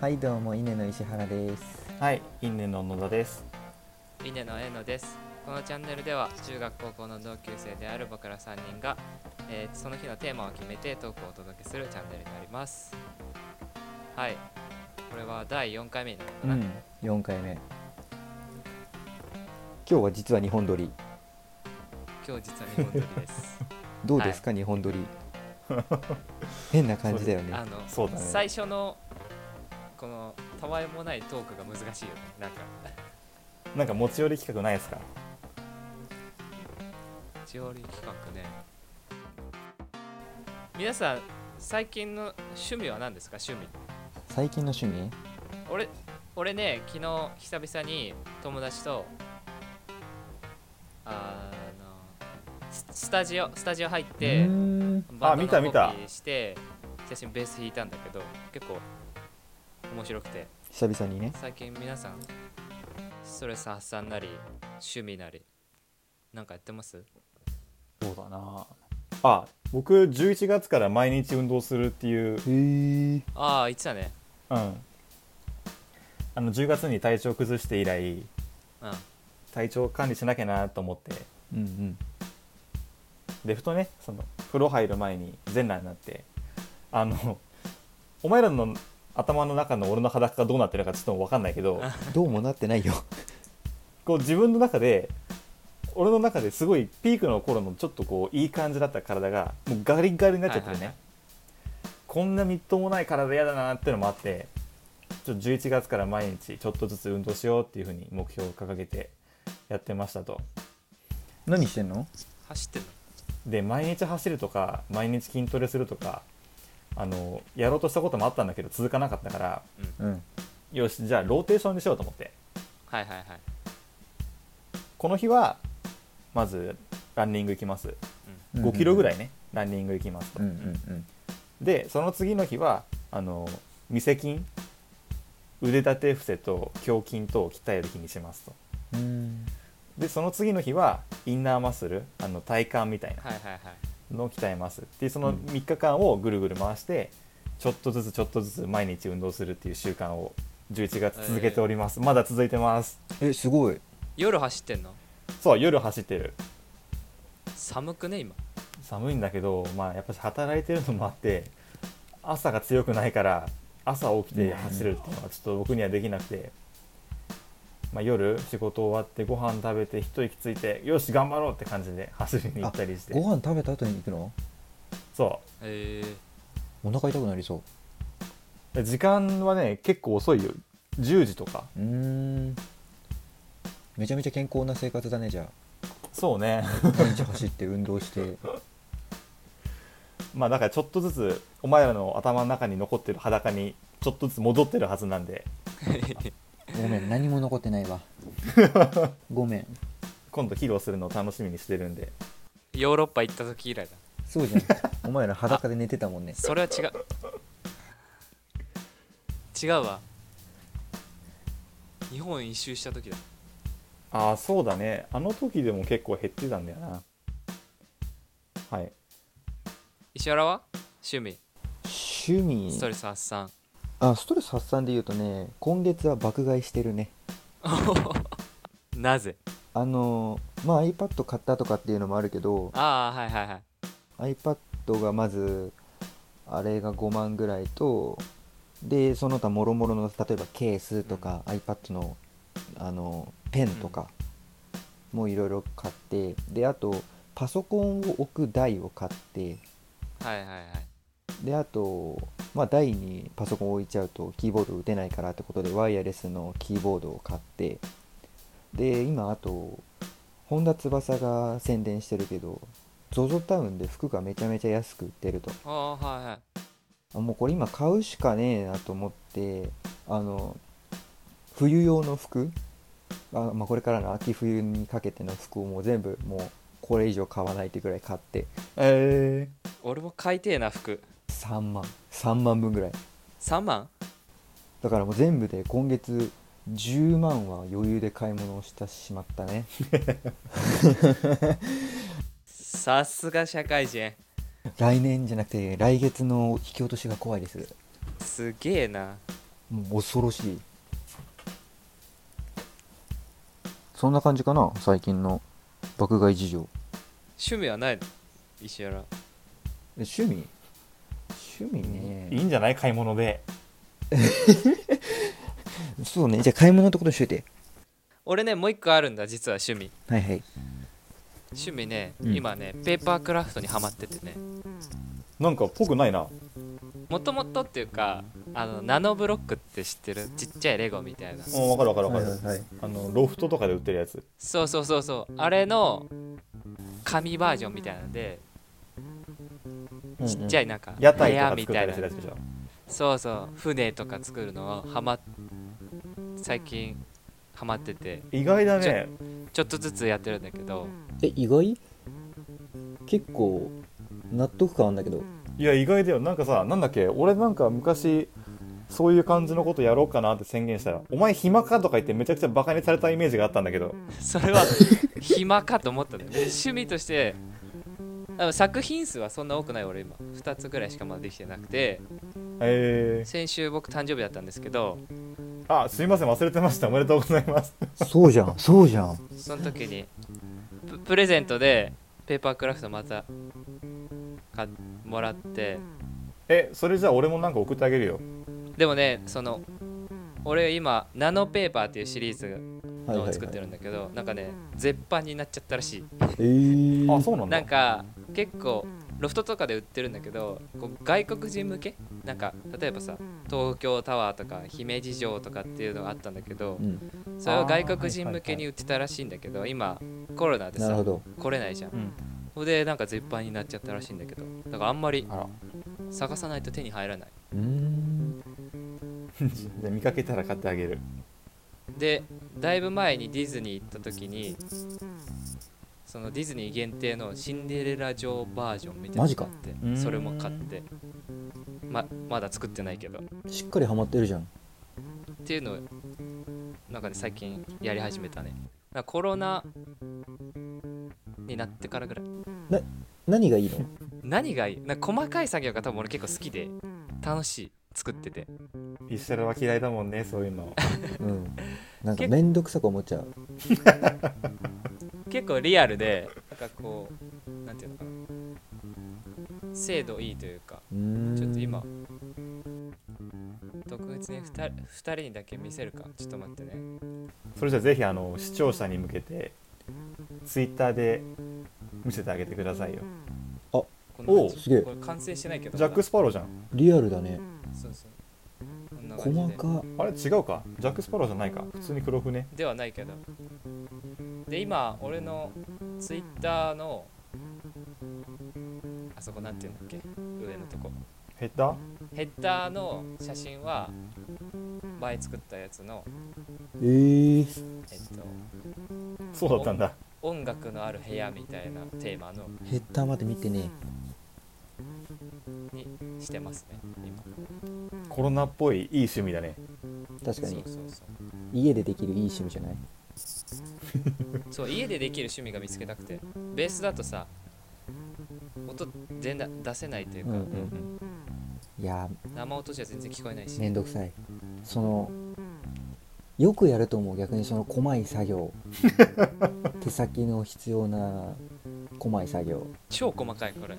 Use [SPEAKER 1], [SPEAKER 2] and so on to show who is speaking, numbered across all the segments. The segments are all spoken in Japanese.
[SPEAKER 1] はいどうも稲の石原です
[SPEAKER 2] はい、インネの野田です。
[SPEAKER 3] 稲野えのですこのチャンネルでは中学高校の同級生である僕ら3人が、えーその日のテーマを決めてトークをお届けするチャンネルになりますはいこれは第4回目になるのかな、
[SPEAKER 1] 4回目今日は実は日本撮り
[SPEAKER 3] 今日実は日本撮りです
[SPEAKER 1] どうですか、日本撮り変な感じだよね
[SPEAKER 3] あの
[SPEAKER 2] そうだ ね
[SPEAKER 3] 最初のこのたわいもないトークが難しいよねなんか
[SPEAKER 2] なんか持ち寄り企画ないですか。
[SPEAKER 3] ジオリ企画ね皆さん最近の趣味は何ですか趣味
[SPEAKER 1] 最近の趣味
[SPEAKER 3] 俺俺ね昨日久々に友達とあのススタジオスタジオ入って
[SPEAKER 1] うーん
[SPEAKER 3] バンド
[SPEAKER 2] 見
[SPEAKER 3] の
[SPEAKER 2] た
[SPEAKER 3] コ
[SPEAKER 2] 見
[SPEAKER 3] ピ
[SPEAKER 2] た
[SPEAKER 3] ーして写真ベース弾いたんだけど結構面白くて
[SPEAKER 1] 久々にね
[SPEAKER 3] 最近皆さんストレス発散なり趣味なりなんかやってます
[SPEAKER 2] そうだな。あ、僕11月から毎日運動するっていう、
[SPEAKER 1] へえ
[SPEAKER 3] ああ言ってたね
[SPEAKER 2] うん。あの10月に体調崩して以来、
[SPEAKER 3] うん
[SPEAKER 2] 体調管理しなきゃなと思って、
[SPEAKER 1] うんうん
[SPEAKER 2] でふとね、その風呂入る前に全裸になって、あのお前らの頭の中の俺の裸がどうなってるかちょっとわかんないけど、
[SPEAKER 1] どうもなってないよ
[SPEAKER 2] こう自分の中で。俺の中ですごいピークの頃のちょっとこういい感じだった体がもうガリガリになっちゃってるね、
[SPEAKER 3] はいはいはい
[SPEAKER 2] こんなみっともない体嫌だなってのもあってちょっと11月から毎日ちょっとずつ運動しようっていうふうに目標を掲げてやってましたと
[SPEAKER 1] 何してんの
[SPEAKER 3] 走ってる
[SPEAKER 2] で毎日走るとか毎日筋トレするとかあのやろうとしたこともあったんだけど続かなかったから
[SPEAKER 1] うん
[SPEAKER 2] よしじゃあローテーションにしようと思って
[SPEAKER 3] はいはいはい
[SPEAKER 2] この日はまずランニング行きます5キロぐらいね、ランニング行きますと、
[SPEAKER 1] うんうん
[SPEAKER 2] でその次の日はあの見せ筋腕立て伏せと胸筋とを鍛える日にしますと
[SPEAKER 1] うんうん
[SPEAKER 2] でその次の日はインナーマッスルあの体幹みたいな
[SPEAKER 3] はいはいはい
[SPEAKER 2] のを鍛えますでその
[SPEAKER 1] うん
[SPEAKER 2] 3日間をぐるぐる回してちょっとずつちょっとずつ毎日運動するっていう習慣を11月続けております、まだ続いてます
[SPEAKER 1] えすごい
[SPEAKER 3] 夜走ってんの
[SPEAKER 2] そう夜走ってる
[SPEAKER 3] 寒くね今
[SPEAKER 2] 寒いんだけどまあやっぱし働いてるのもあって朝が強くないから朝起きて走るっていうのはちょっと僕にはできなくて、まあ、夜仕事終わってご飯食べて一息ついてよし頑張ろうって感じで走りに行ったりして
[SPEAKER 1] ご飯食べた後に行くの
[SPEAKER 2] そ
[SPEAKER 3] えー、
[SPEAKER 1] お腹痛くなりそう
[SPEAKER 2] 時間はね結構遅いよ10時とか
[SPEAKER 1] ううーんめちゃめちゃ健康な生活だねじゃ
[SPEAKER 2] そうね
[SPEAKER 1] あ毎日走って運動して
[SPEAKER 2] まあだからちょっとずつお前らの頭の中に残ってる裸にちょっとずつ戻ってるはずなんで
[SPEAKER 1] ごめん何も残ってない わごめん
[SPEAKER 2] 今度披露するのを楽しみにしてるんで
[SPEAKER 3] ヨーロッパ行った時以来だ
[SPEAKER 1] そうじゃん お前ら裸で寝てたもんね
[SPEAKER 3] それは違う違うわ日本一周した時だ
[SPEAKER 2] ああそうだねあの時でも結構減ってたんだよなはい
[SPEAKER 3] 石原は趣味
[SPEAKER 1] 趣味
[SPEAKER 3] ストレス発散
[SPEAKER 1] あストレス発散で言うとね今月は爆買いしてるね
[SPEAKER 3] なぜ
[SPEAKER 1] あのまあ iPad 買ったとかっていうのもあるけど
[SPEAKER 3] ああはいはいはい
[SPEAKER 1] iPad がまずあれが5万ぐらいとでその他もろもろの例えばケースとか、iPad のあのペンとかもいろいろ買ってであとパソコンを置く台を買って
[SPEAKER 3] はいはいはい
[SPEAKER 1] であと、まあ、台にパソコン置いちゃうとキーボード打てないからってことでワイヤレスのキーボードを買ってで今あと本田翼が宣伝してるけど ZOZO タウンで服がめちゃめちゃ安く売ってると
[SPEAKER 3] ああはいはい
[SPEAKER 1] あもうこれ今買うしかねえなと思ってあの冬用の服あ、まあ、これからの秋冬にかけての服をもう全部もうこれ以上買わないってぐらい買って
[SPEAKER 2] え
[SPEAKER 3] 俺も買いてえな服
[SPEAKER 1] 3万3万分ぐらい
[SPEAKER 3] 3万
[SPEAKER 1] だからもう全部で今月10万は余裕で買い物をしてしまったね
[SPEAKER 3] さすが社会人
[SPEAKER 1] 来年じゃなくて来月の引き落としが怖いです
[SPEAKER 3] すげえな
[SPEAKER 1] もう恐ろしいそんな感じかな最近の爆買い事情
[SPEAKER 3] 趣味はないの石原
[SPEAKER 1] え趣味趣味ね
[SPEAKER 2] いいんじゃない買い物で
[SPEAKER 1] そうねじゃあ買い物のところにしといて
[SPEAKER 3] 俺ねもう一個あるんだ実は趣味
[SPEAKER 1] はいはい
[SPEAKER 3] 趣味ね、
[SPEAKER 1] うん
[SPEAKER 3] 今ねペーパークラフトにハマっててね
[SPEAKER 2] なんかっぽくないな
[SPEAKER 3] もともとっていうかあのナノブロックって知ってるちっちゃいレゴみたいな
[SPEAKER 2] うんわかるわかるわかる、
[SPEAKER 1] はい
[SPEAKER 2] あのロフトとかで売ってるやつ
[SPEAKER 3] そうそうそうそうあれの紙バージョンみたいなのでちっちゃいなんか
[SPEAKER 2] 屋台
[SPEAKER 3] 部
[SPEAKER 2] と
[SPEAKER 3] 屋
[SPEAKER 2] か
[SPEAKER 3] み
[SPEAKER 2] 作ったた
[SPEAKER 3] い
[SPEAKER 2] り
[SPEAKER 3] な
[SPEAKER 2] するやつでしょ
[SPEAKER 3] そうそう船とか作るのをハマっ最近ハマってて
[SPEAKER 2] 意外だ
[SPEAKER 3] ち
[SPEAKER 2] ね
[SPEAKER 3] ちょっとずつやってるんだけど
[SPEAKER 1] え意外結構納得感あるんだけど
[SPEAKER 2] いや意外だよなんかさなんだっけ俺なんか昔そういう感じのことやろうかなって宣言したら「お前暇か?」とか言ってめちゃくちゃバカにされたイメージがあったんだけど
[SPEAKER 3] それは暇かと思ったんだよね趣味としてあの作品数はそんな多くない俺今2つぐらいしかまだできてなくて
[SPEAKER 2] え
[SPEAKER 3] 先週僕誕生日だったんですけど
[SPEAKER 2] ー、あすいません忘れてましたおめでとうございます
[SPEAKER 1] そうじゃんそうじゃん
[SPEAKER 3] その時にププレゼントでペーパークラフトまた買っもらって
[SPEAKER 2] えそれじゃあ俺もなんか送ってあげるよ
[SPEAKER 3] でもねその俺今ナノペーパーっていうシリーズ
[SPEAKER 1] はい
[SPEAKER 3] の
[SPEAKER 1] はい、は
[SPEAKER 3] を
[SPEAKER 1] い、
[SPEAKER 3] 作ってるんだけど、なんかね絶版になっちゃったらしい
[SPEAKER 1] えー、
[SPEAKER 2] あそうなんだ
[SPEAKER 3] なんか結構ロフトとかで売ってるんだけどこう外国人向けなんか例えばさ東京タワーとか姫路城とかっていうのがあったんだけど
[SPEAKER 1] うん、
[SPEAKER 3] それを外国人向けに売ってたらしいんだけど今コロナで
[SPEAKER 1] なる
[SPEAKER 3] さ
[SPEAKER 1] ほど
[SPEAKER 3] 来れないじゃん
[SPEAKER 2] うん
[SPEAKER 3] それでなんか絶版になっちゃったらしいんだけどだからあんまり
[SPEAKER 2] あら
[SPEAKER 3] 探さないと手に入らないう
[SPEAKER 1] ーん
[SPEAKER 2] じゃあ 見かけたら買ってあげる
[SPEAKER 3] でだいぶ前にディズニー行った時にそのディズニー限定のシンデレラ城バージョンみたいなのがあって
[SPEAKER 2] マジか
[SPEAKER 3] それも買ってままだ作ってないけどっ
[SPEAKER 1] しっかりハマってるじゃん
[SPEAKER 3] ていうのをなんかね最近やり始めたねなんかコロナになってからぐらい
[SPEAKER 1] 何がいい の
[SPEAKER 3] 何がいいなんか細かい作業が多分俺結構好きで楽しい作ってて
[SPEAKER 2] 一緒は嫌いだもんねそういうの
[SPEAKER 1] うんなんか面倒くさく思っちゃう
[SPEAKER 3] 結構リアルでなんかこうなんていうのかな精度いいというか
[SPEAKER 1] うーん
[SPEAKER 3] ちょっと今特別に 2, 人二人にだけ見せるかちょっと待ってね
[SPEAKER 2] それじゃあぜひあの視聴者に向けてツイッターで見せてあげてくださいよ
[SPEAKER 3] こんな感
[SPEAKER 2] おう
[SPEAKER 3] じ
[SPEAKER 1] すげえ
[SPEAKER 3] これ完成してないけど
[SPEAKER 2] ジャック・スパローじゃん
[SPEAKER 1] リアルだね
[SPEAKER 3] そうそうこんな感じで
[SPEAKER 1] 細か
[SPEAKER 2] あれ違うかジャック・スパローじゃないか普通に黒船
[SPEAKER 3] ではないけどで今俺のツイッターのあそこなんていうんだっけ上のとこ
[SPEAKER 2] ヘッダー
[SPEAKER 3] ヘッダーの写真は前作ったやつの
[SPEAKER 1] えー、
[SPEAKER 3] えっと
[SPEAKER 2] そうだったんだ
[SPEAKER 3] 音楽のある部屋みたいなテーマの
[SPEAKER 1] ヘッダーまで見てね
[SPEAKER 3] にしてますね今
[SPEAKER 2] コロナっぽいいい趣味だね
[SPEAKER 1] 確か
[SPEAKER 3] そう
[SPEAKER 1] に
[SPEAKER 3] そうそう
[SPEAKER 1] 家でできるいい趣味じゃない
[SPEAKER 3] そう家でできる趣味が見つけたくてベースだとさ音全然出せないというか、
[SPEAKER 1] うんうんいや
[SPEAKER 3] 生音じゃ全然聞こえないし、
[SPEAKER 1] ーめんどくさいそのよくやると思う逆にその細い作 業手先の必要な細い作業
[SPEAKER 3] 超細かいこれ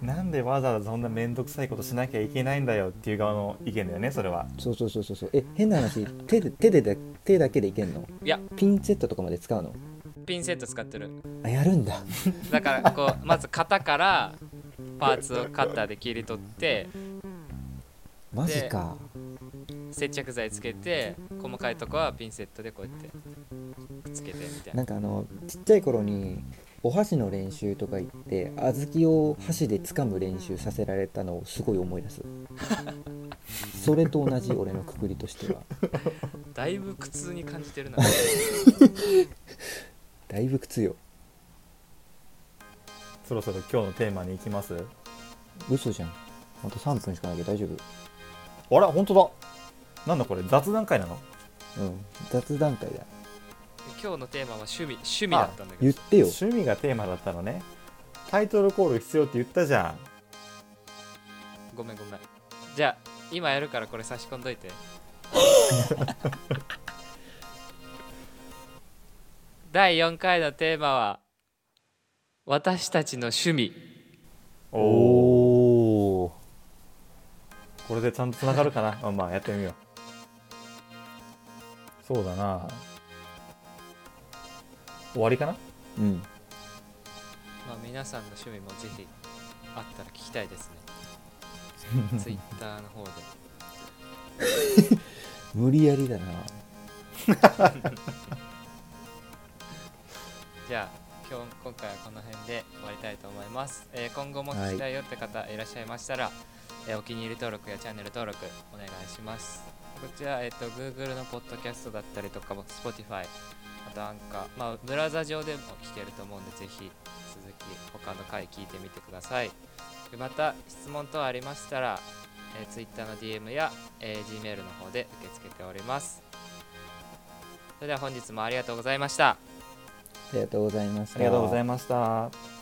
[SPEAKER 2] なんでわざわざそんな面倒くさいことしなきゃいけないんだよっていう側の意見だよねそれは
[SPEAKER 1] そうそうそうそうそうえ変な話手で手でだ手だけでいけんの
[SPEAKER 3] いや
[SPEAKER 1] ピンセットとかまで使うの
[SPEAKER 3] ピンセット使ってる
[SPEAKER 1] あやるんだ
[SPEAKER 3] だからこう まず型からパーツをカッターで切り取って
[SPEAKER 1] マジか
[SPEAKER 3] 接着剤つけて細かいとこはピンセットでこうやってくっつけてみたい
[SPEAKER 1] な
[SPEAKER 3] なん
[SPEAKER 1] かあのちっちゃい頃にお箸の練習とか行って小豆を箸で掴む練習させられたのをすごい思い出 すそれと同じ俺のくくりとしては
[SPEAKER 3] だいぶ苦痛に感じてるな
[SPEAKER 1] だいぶ苦痛よ
[SPEAKER 2] そろそろ今日のテーマに行きます
[SPEAKER 1] 嘘じゃんあと3分しかないけど大丈
[SPEAKER 2] あら本当だなんだこれ雑談会なの
[SPEAKER 1] 夫うん雑談会だ
[SPEAKER 3] 今日のテーマは趣味趣味だったんだけ
[SPEAKER 1] 言っ
[SPEAKER 3] ど
[SPEAKER 1] てよ
[SPEAKER 2] 趣味がテーマだったのねタイトルコール必要って言ったじゃん
[SPEAKER 3] ごめんごめんじゃあ今やるからこれ差し込んどいて第4回のテーマは私たちの趣味
[SPEAKER 2] おおこれでちゃんとつながる かなまあまあやってみようそうだな終わりかな
[SPEAKER 1] うん
[SPEAKER 3] まあ皆さんの趣味もぜひあったら聞きたいですねツイッターの方で
[SPEAKER 1] 無理やりだな
[SPEAKER 3] じゃあ今日今回はこの辺で終わりたいと思います、えー今後も聞きたいよって方いらっしゃいましたら、えーお気に入り登録やチャンネル登録お願いしますこちら、えっと Google のポッドキャストだったりとか Spotify あとアンカー、まあ、ブラウザ上でも聞けると思うんでぜひ続き他の回聞いてみてくださいでまた質問等ありましたら、えー Twitter の DM や、えー Gmail の方で受け付けておりますそれでは本日もありがとうございました
[SPEAKER 1] ありがとうございました
[SPEAKER 2] ありがとうございました